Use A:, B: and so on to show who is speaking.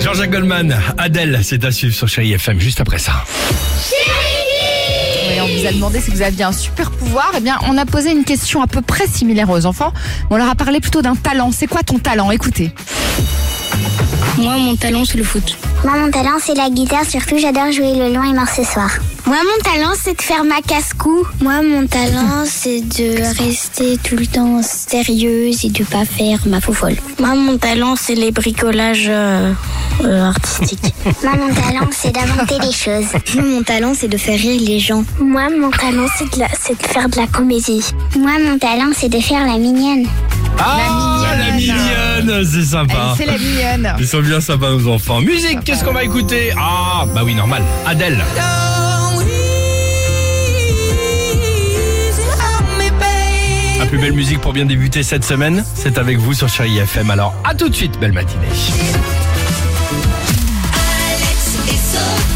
A: Jean-Jacques Goldman, Adèle, c'est à suivre sur Chéri FM juste après ça.
B: Et on vous a demandé si vous aviez un super pouvoir. Eh bien, on a posé une question à peu près similaire aux enfants. On leur a parlé plutôt d'un talent. C'est quoi ton talent Écoutez.
C: Moi, mon talent, c'est le foot.
D: Moi, mon talent, c'est la guitare. Surtout, j'adore jouer le long et mort ce soir. Moi, mon talent, c'est de faire ma casse-cou. Moi, mon talent, c'est de rester tout le temps sérieuse et de pas faire ma folle. Moi, mon talent, c'est les bricolages euh, artistiques. Moi, mon talent, c'est d'inventer des choses. Moi, mon talent, c'est de faire rire les gens. Moi, mon talent, c'est de, faire de la comédie. Moi, mon talent, c'est de faire la mignonne.
A: Ah, la mignonne, c'est sympa.
B: Allez, C'est la mignonne.
A: Ils sont bien sympas nos enfants. Musique, qu'est-ce qu'on va écouter Ah, bah oui, normal. Adèle. La plus belle musique pour bien débuter cette semaine, c'est avec vous sur Chéri FM. Alors, à tout de suite, belle matinée.
E: Alex et Sophie.